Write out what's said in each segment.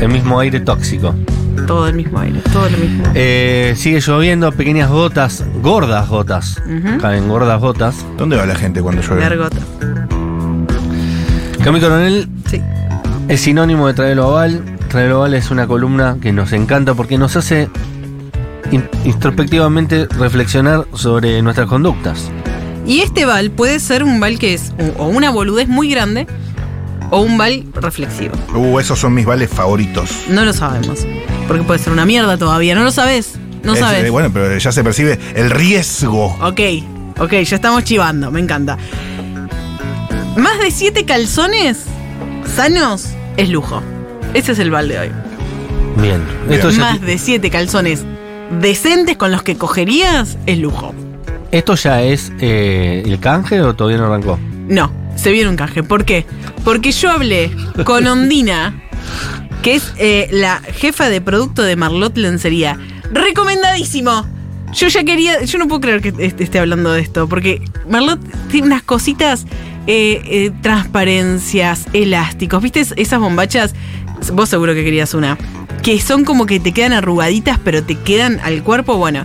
El mismo aire tóxico. Todo el mismo aire, todo lo mismo. Eh, sigue lloviendo, pequeñas gotas, gordas gotas. Ujú. Caen gordas gotas. ¿Dónde va la gente cuando llueve? Vergota. Cami Coronel Sí. es sinónimo de Traelo Oval. Traelo Oval es una columna que nos encanta porque nos hace in- introspectivamente reflexionar sobre nuestras conductas. Y este bal puede ser un bal que es o una boludez muy grande o un bal reflexivo. Uh, esos son mis vales favoritos. No lo sabemos. Porque puede ser una mierda todavía. No lo sabes. No Es, sabes. eh, bueno, pero ya se percibe el riesgo. Ok, ok, ya estamos chivando. Me encanta. Más de siete calzones sanos es lujo. Ese es el bal de hoy. Bien. Esto ya, Más de siete calzones decentes con los que cogerías es lujo. esto ya es eh, el canje o todavía no arrancó. No, se viene un canje. ¿Por qué? Porque yo hablé con Ondina, que es eh, la jefa de producto de Marlot Lencería. ¡Recomendadísimo! Yo ya quería. Yo no puedo creer que est- esté hablando de esto, porque Marlot tiene unas cositas. eh, eh, transparencias, elásticos. ¿Viste es- esas bombachas? Vos seguro que querías una. Que son como que te quedan arrugaditas, pero te quedan al cuerpo. Bueno,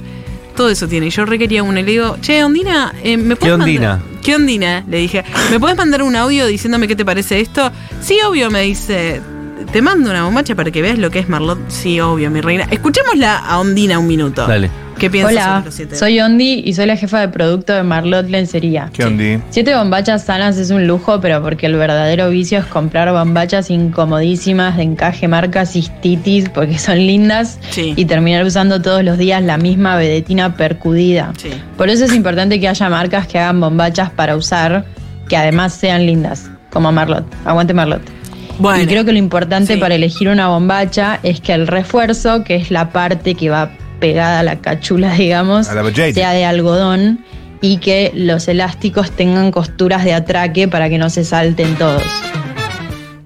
todo eso tiene. Yo requería una. Le digo, che, Ondina, eh, ¿me puedes mandar- Ondina? ¿Qué ondina? Le dije, ¿me puedes mandar un audio diciéndome qué te parece esto? Sí, obvio, me dice. Te mando una bombacha para que veas lo que es Marlot. Sí, obvio, mi reina. Escuchémosla a Ondina un minuto. Dale. ¿Qué piensas sobre Hola, los siete? soy Ondi y soy la jefa de producto de Marlot Lencería. ¿Qué ondi? Siete bombachas sanas es un lujo, pero porque el verdadero vicio es comprar bombachas incomodísimas de encaje marca cistitis porque son lindas Sí. y terminar usando todos los días la misma vedetina percudida. Sí. Por eso es importante que haya marcas que hagan bombachas para usar, que además sean lindas, como Marlot. Aguante Marlot. Bueno, Y creo que lo importante Sí. para elegir una bombacha es que el refuerzo, que es la parte que va pegada a la cachula, digamos, A la jade. sea de algodón y que los elásticos tengan costuras de atraque para que no se salten todos.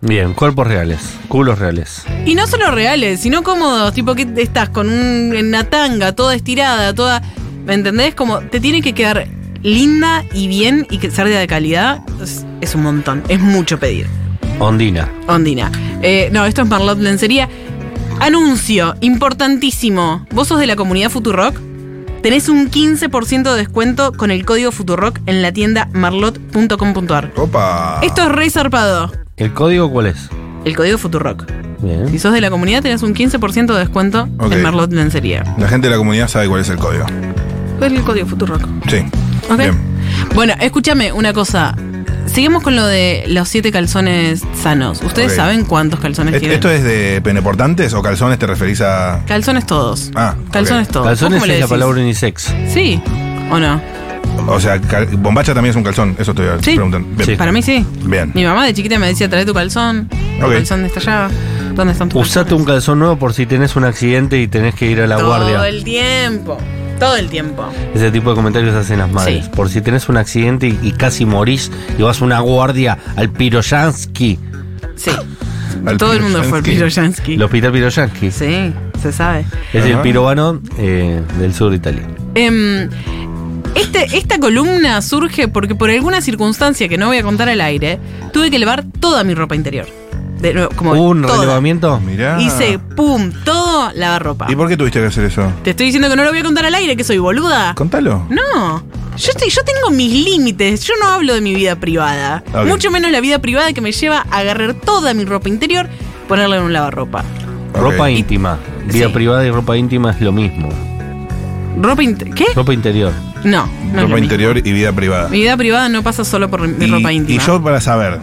Bien, cuerpos reales, culos reales. Y no solo reales, sino cómodos. Tipo que estás con un- una tanga toda estirada, toda. ¿Me entendés? Como te tiene que quedar linda y bien y que ser de calidad. Es- es un montón. Es mucho pedir. Ondina. Ondina. Eh, no, esto es Marlot Lencería. Anuncio, importantísimo. ¿Vos sos de la comunidad Futurock? Tenés un 15% de descuento con el código Futurock en la tienda marlot.com.ar. Opa. Esto es re zarpado. ¿El código cuál es? El código Futurock. Bien. Si sos de la comunidad, tenés un 15% de descuento Ok. en Marlot Lencería. La gente de la comunidad sabe cuál es el código. ¿Cuál es el código Futurock? Sí. Ok. Bien. Bueno, escúchame una cosa. Seguimos con lo de los siete calzones sanos. ¿Ustedes Ok. saben cuántos calzones Est- tienen? ¿Esto es de peneportantes o calzones te referís a. Calzones todos. Ah, ok. Calzones todos. ¿Vos Calzones cómo le es la decís? palabra unisex. Sí, ¿o no? O sea, cal- bombacha también es un calzón, eso te voy a Sí. preguntar. Bien. Sí. Para mí sí. Bien. Mi mamá de chiquita me decía, trae tu calzón. Tu Ok. calzón destallaba. ¿Dónde están tus Usate un calzones? calzón nuevo por si tenés un accidente y tenés que ir a la Todo guardia. el tiempo. Todo el tiempo. Ese tipo de comentarios hacen las madres. Sí. Por si tenés un accidente y, y casi morís y vas a una guardia al Piroyansky, Sí. Al todo el mundo fue al Piroyansky. Piroyansky. el hospital Piroyansky. Sí, se sabe. Es el Ajá. pirobano eh, del sur de Italia. Em, este, esta columna surge porque por alguna circunstancia que no voy a contar al aire, tuve que elevar toda mi ropa interior. De nuevo, como ¿Hubo un toda. relevamiento? Mirá. Hice, Ah. pum, todo lavarropa. Ah. ¿Y por qué tuviste que hacer eso? Te estoy diciendo que no lo voy a contar al aire, que soy boluda. Contalo. No. Yo, te- yo tengo mis límites. Yo no hablo de mi vida privada. Ok. Mucho menos la vida privada que me lleva a agarrar toda mi ropa interior, ponerla en un lavarropa. Ropa Ok. íntima. Vida Sí. privada y ropa íntima es lo mismo. ¿Ropa interior? ¿Qué? Ropa interior. No. no es lo mismo. ropa interior y vida privada. Mi vida privada no pasa solo por mi y, ropa íntima. y yo para saber,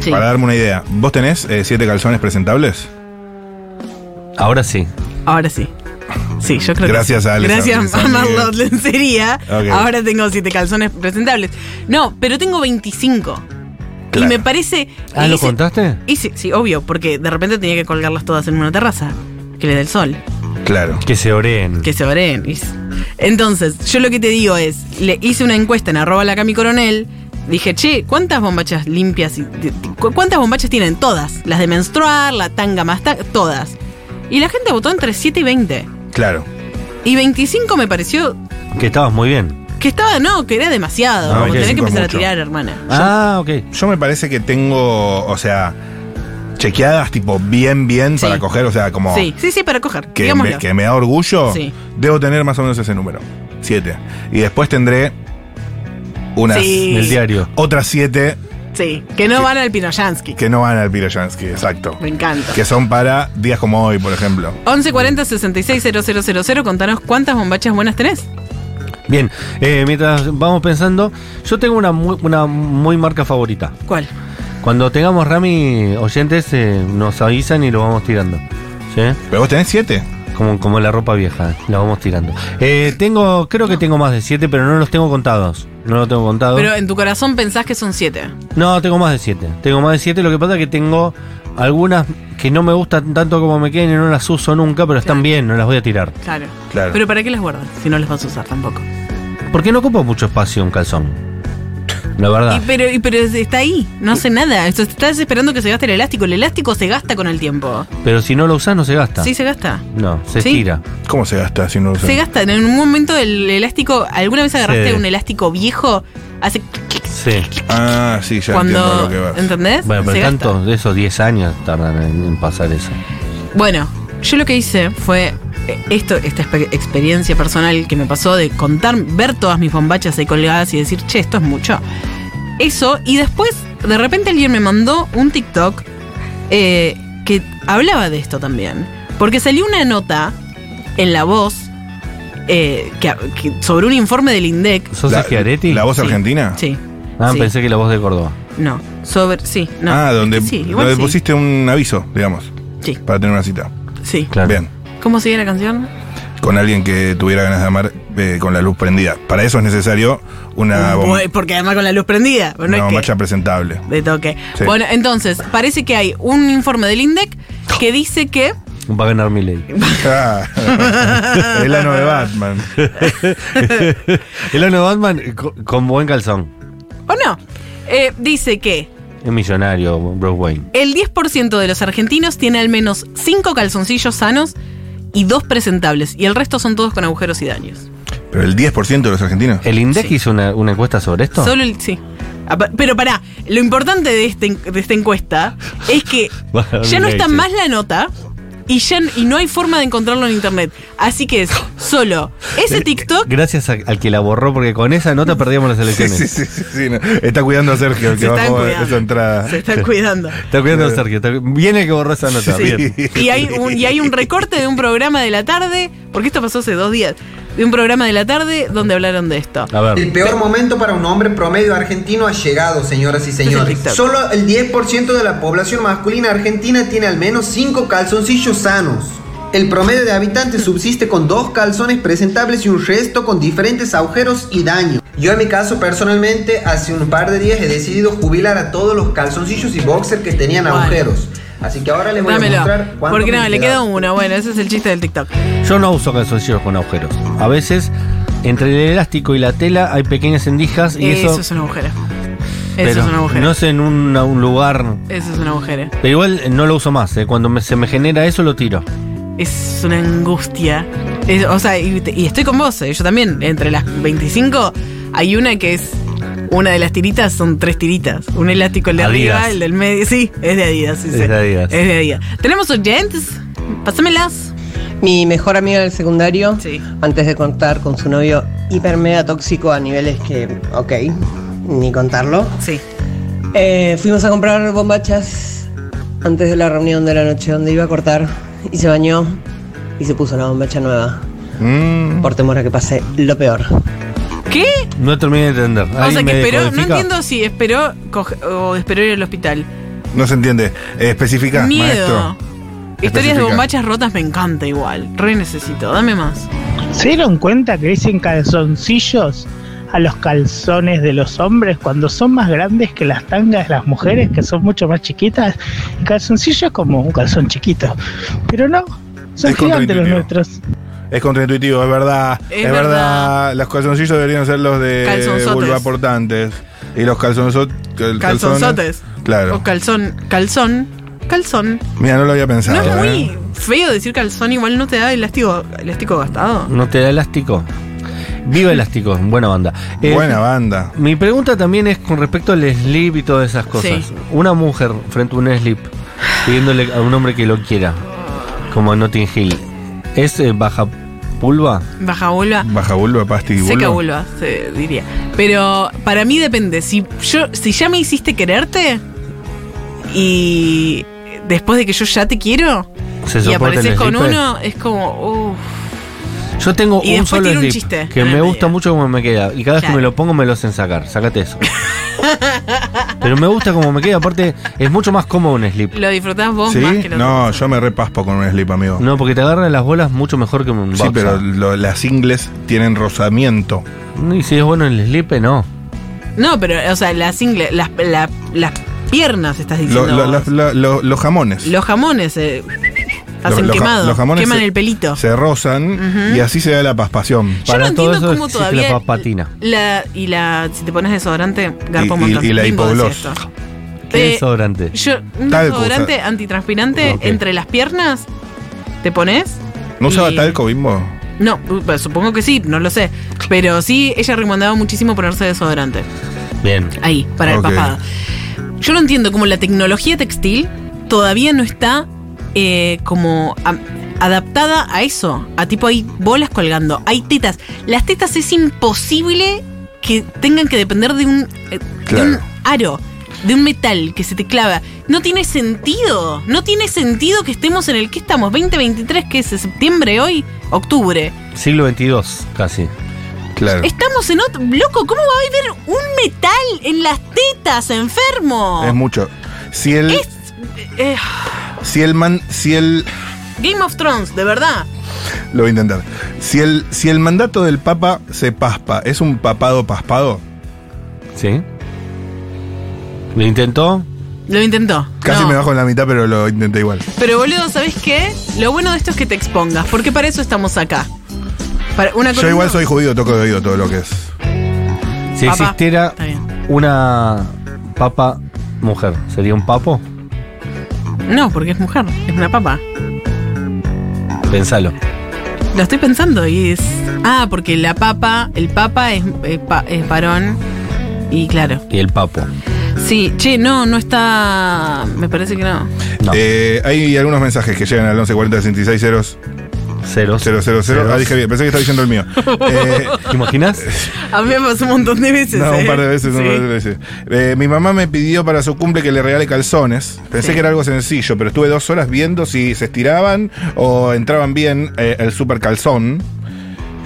Sí. para darme una idea, ¿vos tenés eh, siete calzones presentables? Ahora sí. Ahora sí. Sí, yo creo Gracias que a sí. Alessandra Gracias a San Miguel. Marlot Lencería. Ok. Ahora tengo siete calzones presentables. No, pero tengo 25. Y Claro. me parece. ¿Ah, y lo hice- contaste? Y sí, sí, obvio, porque de repente tenía que colgarlas todas en una terraza. Que le dé el sol, Claro. Que se oreen. que se oreen. y s- Entonces, yo lo que te digo es, le hice una encuesta en arroba la Cami Coronel, dije, che, ¿cuántas bombachas limpias? y- de- de- cu- ¿Cuántas bombachas tienen? Todas. Las de menstruar, la tanga más tanga, todas. Y la gente votó entre 7 y 20. Claro. Y 25 me pareció Que estabas muy bien. que estaba, no, que era demasiado. No, como tenés que 25 es empezar a mucho. tirar, hermana. Ah, ok. Yo me parece que tengo, o sea, chequeadas, tipo bien, bien Sí. para coger, o sea, como Sí, sí, sí, para coger. Ah. que, me, Digámoslo. que me da orgullo, Sí. debo tener más o menos ese número. Siete. Y después tendré unas Sí. Del diario. otras siete Sí, que no van al Pinoyansky. que no van al Pirojansky, exacto. Me encanta. Que son para días como hoy, por ejemplo. 1140 660000 contanos cuántas bombachas buenas tenés. Bien, eh, mientras vamos pensando, yo tengo una muy, una muy marca favorita. ¿Cuál? Cuando tengamos Rami oyentes, eh, nos avisan y lo vamos tirando. ¿Sí? Pero vos tenés siete. Como, como la ropa vieja, la vamos tirando. Eh, tengo, creo que tengo más de siete, pero no los tengo contados. No los tengo contados. Pero en tu corazón pensás que son siete. No, tengo más de siete. Tengo más de siete. Lo que pasa es que tengo algunas que no me gustan tanto como me queden y no las uso nunca, pero están Claro. bien, no las voy a tirar. Claro. Claro. Pero ¿para qué las guardas si no las vas a usar tampoco? Porque no ocupa mucho espacio un calzón. La verdad. Ah. Y, pero, y, pero está ahí, no hace nada. Esto- Estás esperando que se gaste el elástico. El elástico se gasta con el tiempo. Pero si no lo usas, no se gasta. Sí, se gasta. No, se Sí. estira. ¿Cómo se gasta si no lo usas? Se gasta. En un momento el elástico. ¿Alguna vez agarraste Sí. un elástico viejo? Hace. Sí. Ah, sí, ya entiendo cuando. lo que vas. ¿Entendés? Bueno, pero Se gasta. tanto, de esos 10 años tardan en, en pasar eso. Bueno, yo lo que hice fue eh, esto, esta espe- experiencia personal que me pasó de contar, ver todas mis bombachas ahí colgadas y decir, che, esto es mucho. Eso, y después, de repente alguien me mandó un TikTok eh, que hablaba de esto también. Porque salió una nota en la voz eh, que- que- sobre un informe del INDEC. ¿Sos La- Schiaretti? ¿La voz Sí. argentina? Sí. Ah, sí, pensé que la voz de Córdoba. No, sobre. Sí, no. ah, donde, Sí, igual donde sí. pusiste un aviso, digamos, Sí, para tener una cita. sí. Claro. Bien. ¿Cómo sigue la canción? Con alguien que tuviera ganas de amar eh, con la luz prendida. Para eso es necesario una bomba. Porque además con la luz prendida. pues No una es que- bombacha presentable. de toque. Sí. Bueno, entonces, parece que hay un informe del INDEC que dice que. Va a ganar Miley. Ah, es la de Batman. El ano de Batman eh, co- con, buen calzón. ¿O no? Eh, dice que Es millonario, Bruce Wayne. el 10% de los argentinos tiene al menos 5 calzoncillos sanos y 2 presentables, y el resto son todos con agujeros y daños. Pero el 10% de los argentinos. ¿El INDEC Sí. hizo una, una encuesta sobre esto? Solo el. Sí. Apa- Pero pará, lo importante de, este, en- de esta encuesta es que Bueno, ya no está leche. más la nota. Y, ya, n- y no hay forma de encontrarlo en internet. Así que es solo ese TikTok Gracias a- al que la borró, porque con esa nota perdíamos las Sí, elecciones. sí, sí, sí, sí, no. Está cuidando a Sergio, Eh. el Se que están bajó cuidando. esa entrada. se está cuidando. Está cuidando Sergio. está- Bien el que borró esa nota. Sí. bien. Y hay, un, y hay un recorte de un programa de la tarde, porque esto pasó hace dos días, de un programa de la tarde donde hablaron de esto. A ver. El peor momento para un hombre promedio argentino ha llegado, señoras y Este Es el señores. TikTok. Solo el 10% de la población masculina argentina tiene al menos 5 calzoncillos sanos. El promedio de habitantes subsiste con dos calzones presentables y un resto con diferentes agujeros y daños. Yo en mi caso personalmente hace un par de días he decidido jubilar a todos los calzoncillos y boxer que tenían Bueno. agujeros. Así que ahora les voy a Dámelo. mostrar cuánto Porque no, me le queda. queda uno. Bueno, ese es el chiste del TikTok. Yo no uso calzoncillos con agujeros. A veces, entre el elástico y la tela hay pequeñas endijas y Eso, eso. es un agujero. Eso pero es un agujero. no es en un, un lugar. Eso es un agujero. Pero igual eh, no lo uso más. eh. Cuando me- se me genera eso, lo tiro. Es una angustia. Es- o sea, y, te- y estoy con vos. eh, Yo también, entre las 25, hay una que es. Una de las tiritas son tres tiritas. Un elástico el de Adidas. arriba, el del medio. Sí, es de Adidas. Sí, Es sí. de Adidas. Es de Adidas. Tenemos oyentes. Pásamelas. Mi mejor amiga del secundario, Sí. antes de contar con su novio hiper mega tóxico a niveles que, ok, ni contarlo, Sí. eh, fuimos a comprar bombachas antes de la reunión de la noche donde iba a cortar y se bañó y se puso una bombacha nueva Mm, por temor a que pase lo peor. ¿Qué? No terminé de entender. O sea ¿Alguien que me esperó, no codifica? entiendo si esperó coge- o esperó ir al hospital. no se entiende. Eh, especifica, Miedo. maestro. Historias de Especifica. bombachas rotas me encanta igual. Re necesito, dame más. ¿Se dieron cuenta que dicen calzoncillos a los calzones de los hombres cuando son más grandes que las tangas de las mujeres, que son mucho más chiquitas? El calzoncillo es como un calzón chiquito, pero no, son Es gigantes los contraintuitivo. nuestros. Es contraintuitivo, es verdad. Es Es, verdad. verdad. Los calzoncillos deberían ser los de Calzonzotes. vulva portantes. Y los calzonzot, cal- Calzonzotes. calzones- Claro. O calzón, calzón, calzón. Mira, no lo había No pensado. es ¿eh? muy feo decir calzón, igual no te da elástico, elástico gastado. ¿No te da elástico? Viva Elástico, buena banda. Eh, Buena banda. Mi pregunta también es con respecto al slip y todas esas cosas. Sí. Una mujer frente a un slip, pidiéndole a un hombre que lo quiera, como Notting Hill. ¿Es eh, baja pulva? Baja vulva. Baja vulva, pasti y Seca vulva. vulva, se diría. Pero para mí depende. Si yo, si ya me hiciste quererte y después de que yo ya te quiero ¿Se y soporta el apareces con slipper? uno, es como, uff. Yo tengo Y un después solo tiene un slip chiste que en el me medio. gusta mucho como me queda. Y cada vez que Claro. me lo pongo me lo hacen sacar. Sácate eso. Pero me gusta como me queda. Aparte, es mucho más cómodo un slip. Lo disfrutás vos ¿Sí? más que la No, otra yo me repaspo con un slip, amigo. No, porque te agarran las bolas mucho mejor que un sí, boxer. pero lo- las ingles tienen rozamiento. Y si es bueno el slip, no. persona. No, pero, o sea, las ingle- las, la- las piernas estás Lo- diciendo. lo- vos. las- la- lo- los jamones. los jamones eh, hacen los ja- quemado. los jamones queman se- el pelito. Se rozan y así se da la paspación. yo Para no todo entiendo eso cómo existe todavía. la papatina. la- y la. Si te pones desodorante, Y- garpa un y- montón. y la Bimbo decía hipogloss. esto. ¿Qué Eh, desodorante? Yo, un Talco, desodorante o sea- antitranspirante Ok. entre las piernas, ¿te pones? ¿No usaba Y- talco, bimbo? No, uh, pues, supongo que sí, no lo sé. Pero sí, ella recomendaba muchísimo ponerse desodorante. Bien. Ahí, para Ok. el papado. Yo no entiendo cómo la tecnología textil todavía no está eh, como a- adaptada a eso. A tipo, hay bolas colgando, hay tetas. Las tetas es imposible que tengan que depender de un, eh, Claro. de un aro, de un metal que se te clava. No tiene sentido. No tiene sentido que estemos en el que estamos, 2023, que es septiembre hoy, octubre. Siglo XXII, casi. Claro. Estamos en otro. Loco, ¿cómo va a haber un metal en las tetas, enfermo? Es mucho. Si el, Eh, si el man, si el, Game of Thrones, de verdad. lo voy a intentar. Si el, si el mandato del papa se paspa, ¿es un papado paspado? ¿Sí? ¿Lo intentó? Lo intentó. Casi No. me bajo en la mitad, pero lo intenté igual. Pero boludo, ¿sabes qué? Lo bueno de esto es que te expongas, porque para eso estamos acá. Para una Yo columna- igual soy judío, toco de oído todo lo que es. Si Papa. existiera Está bien. una papa mujer, ¿sería un papo? No, porque es mujer, es una papa. Pensalo. Lo estoy pensando y es. Ah, porque la papa, el papa es, es pa- es varón. Y claro. Y el papo. Sí, che, no, no está. Me parece que no. No. Eh, hay algunos mensajes que llegan al 1140 Ceros. 000. Ah, dije bien, pensé que estaba diciendo el mío. Eh, ¿Te imaginas? A mí me pasó un montón de veces. no, un ¿eh? par de veces. un Sí. par de veces. Eh, mi mamá me pidió para su cumple que le regale calzones. Pensé Sí. que era algo sencillo, pero estuve dos horas viendo si se estiraban o entraban bien eh, el super calzón.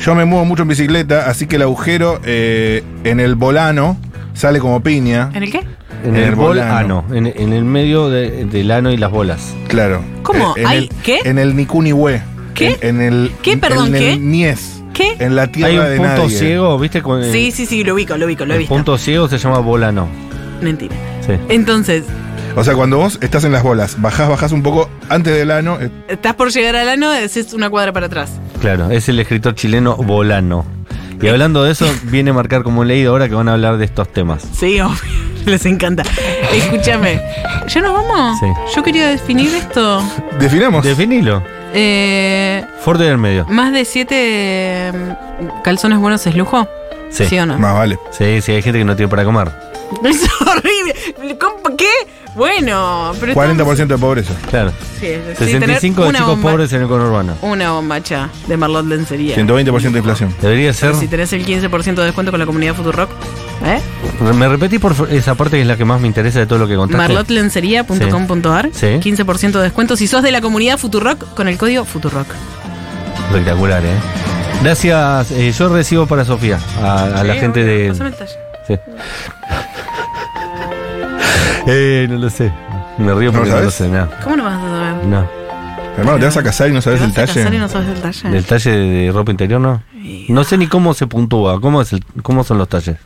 Yo me muevo mucho en bicicleta, así que el agujero eh, en el volano sale como piña. ¿En el qué? En En el, el bol volano. ano. En, en el medio de- del ano y las bolas. Claro. ¿Cómo? Eh, en ¿Hay el- qué? En el Nicunihue. ¿Qué? En, en el, ¿Qué? Perdón, en el ¿qué? Niés. ¿Qué? En la tierra Hay un de punto nadie. ciego, ¿viste? Con- Eh. Sí, sí, sí, lo ubico, lo ubico, lo he El visto. punto ciego se llama volano. Mentira. Sí. Entonces, O sea, cuando vos estás en las bolas, bajás, bajás un poco antes del ano. eh, estás por llegar al ano, haces una cuadra para atrás. Claro, es el escritor chileno Volano. Y hablando de eso, viene a marcar como un leído ahora que van a hablar de estos temas. Sí, obvio. Les encanta. Escúchame. ¿Ya nos vamos? Sí. Yo quería definir esto. Definamos. Definilo. Eh, Ford del medio. ¿Más de siete mm, calzones buenos es lujo? Sí. ¿Sí o no? Más vale. Sí, sí, hay gente que no tiene para comer. Es horrible. ¿Cómo- ¿Qué? Bueno, pero. estamos- 40% de pobreza. Claro. Sí, sí, tener 65 de una chicos bomba- pobres en el conurbano. Una bombacha de Marlot Lencería. 120% de inflación. Debería ser. Si tenés el 15% de descuento con la comunidad Futurock, ¿eh? Me repetí por fa- esa parte que es la que más me interesa de todo lo que contaste. marlotlencería.com.ar Sí. 15% de descuento si sos de la comunidad Futurock con el código Futurock. Espectacular, ¿eh? Gracias. eh, yo recibo para Sofía, a, a la Sí, gente bueno, de. pásame el talle. Sí. eh, no lo sé. Me río ¿No porque lo no lo sé sabes? nada. ¿Cómo lo vas a saber? No. Hermano, te vas a casar y no sabes ¿Te el vas a casar y talle. no sabes el talle? ¿Del talle de, de ropa interior no? Y- No sé ni cómo se puntúa, cómo, es el- cómo son los talles.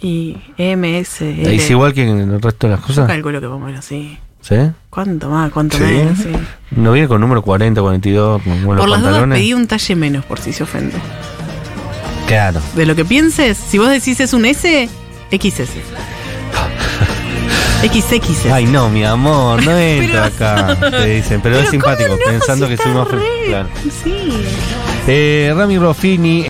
Y MS. ¿Es igual que en el resto de las Yo cosas? calculo que vamos a ir así. ¿Sí? ¿Cuánto más? ¿Cuánto ¿Sí? menos? Sí. ¿No viene con número 40, 42, con buenos Por las dudas pantalones? pedí un talle menos por si se ofende. Claro. De lo que pienses, si vos decís es un S, XS. XXS. Ay, no, mi amor, no entra Pero- acá. Te dicen, pero, es ¿cómo simpático, no? pensando Si que soy está más. fe- re- Claro. Sí. Eh, Rami Roffini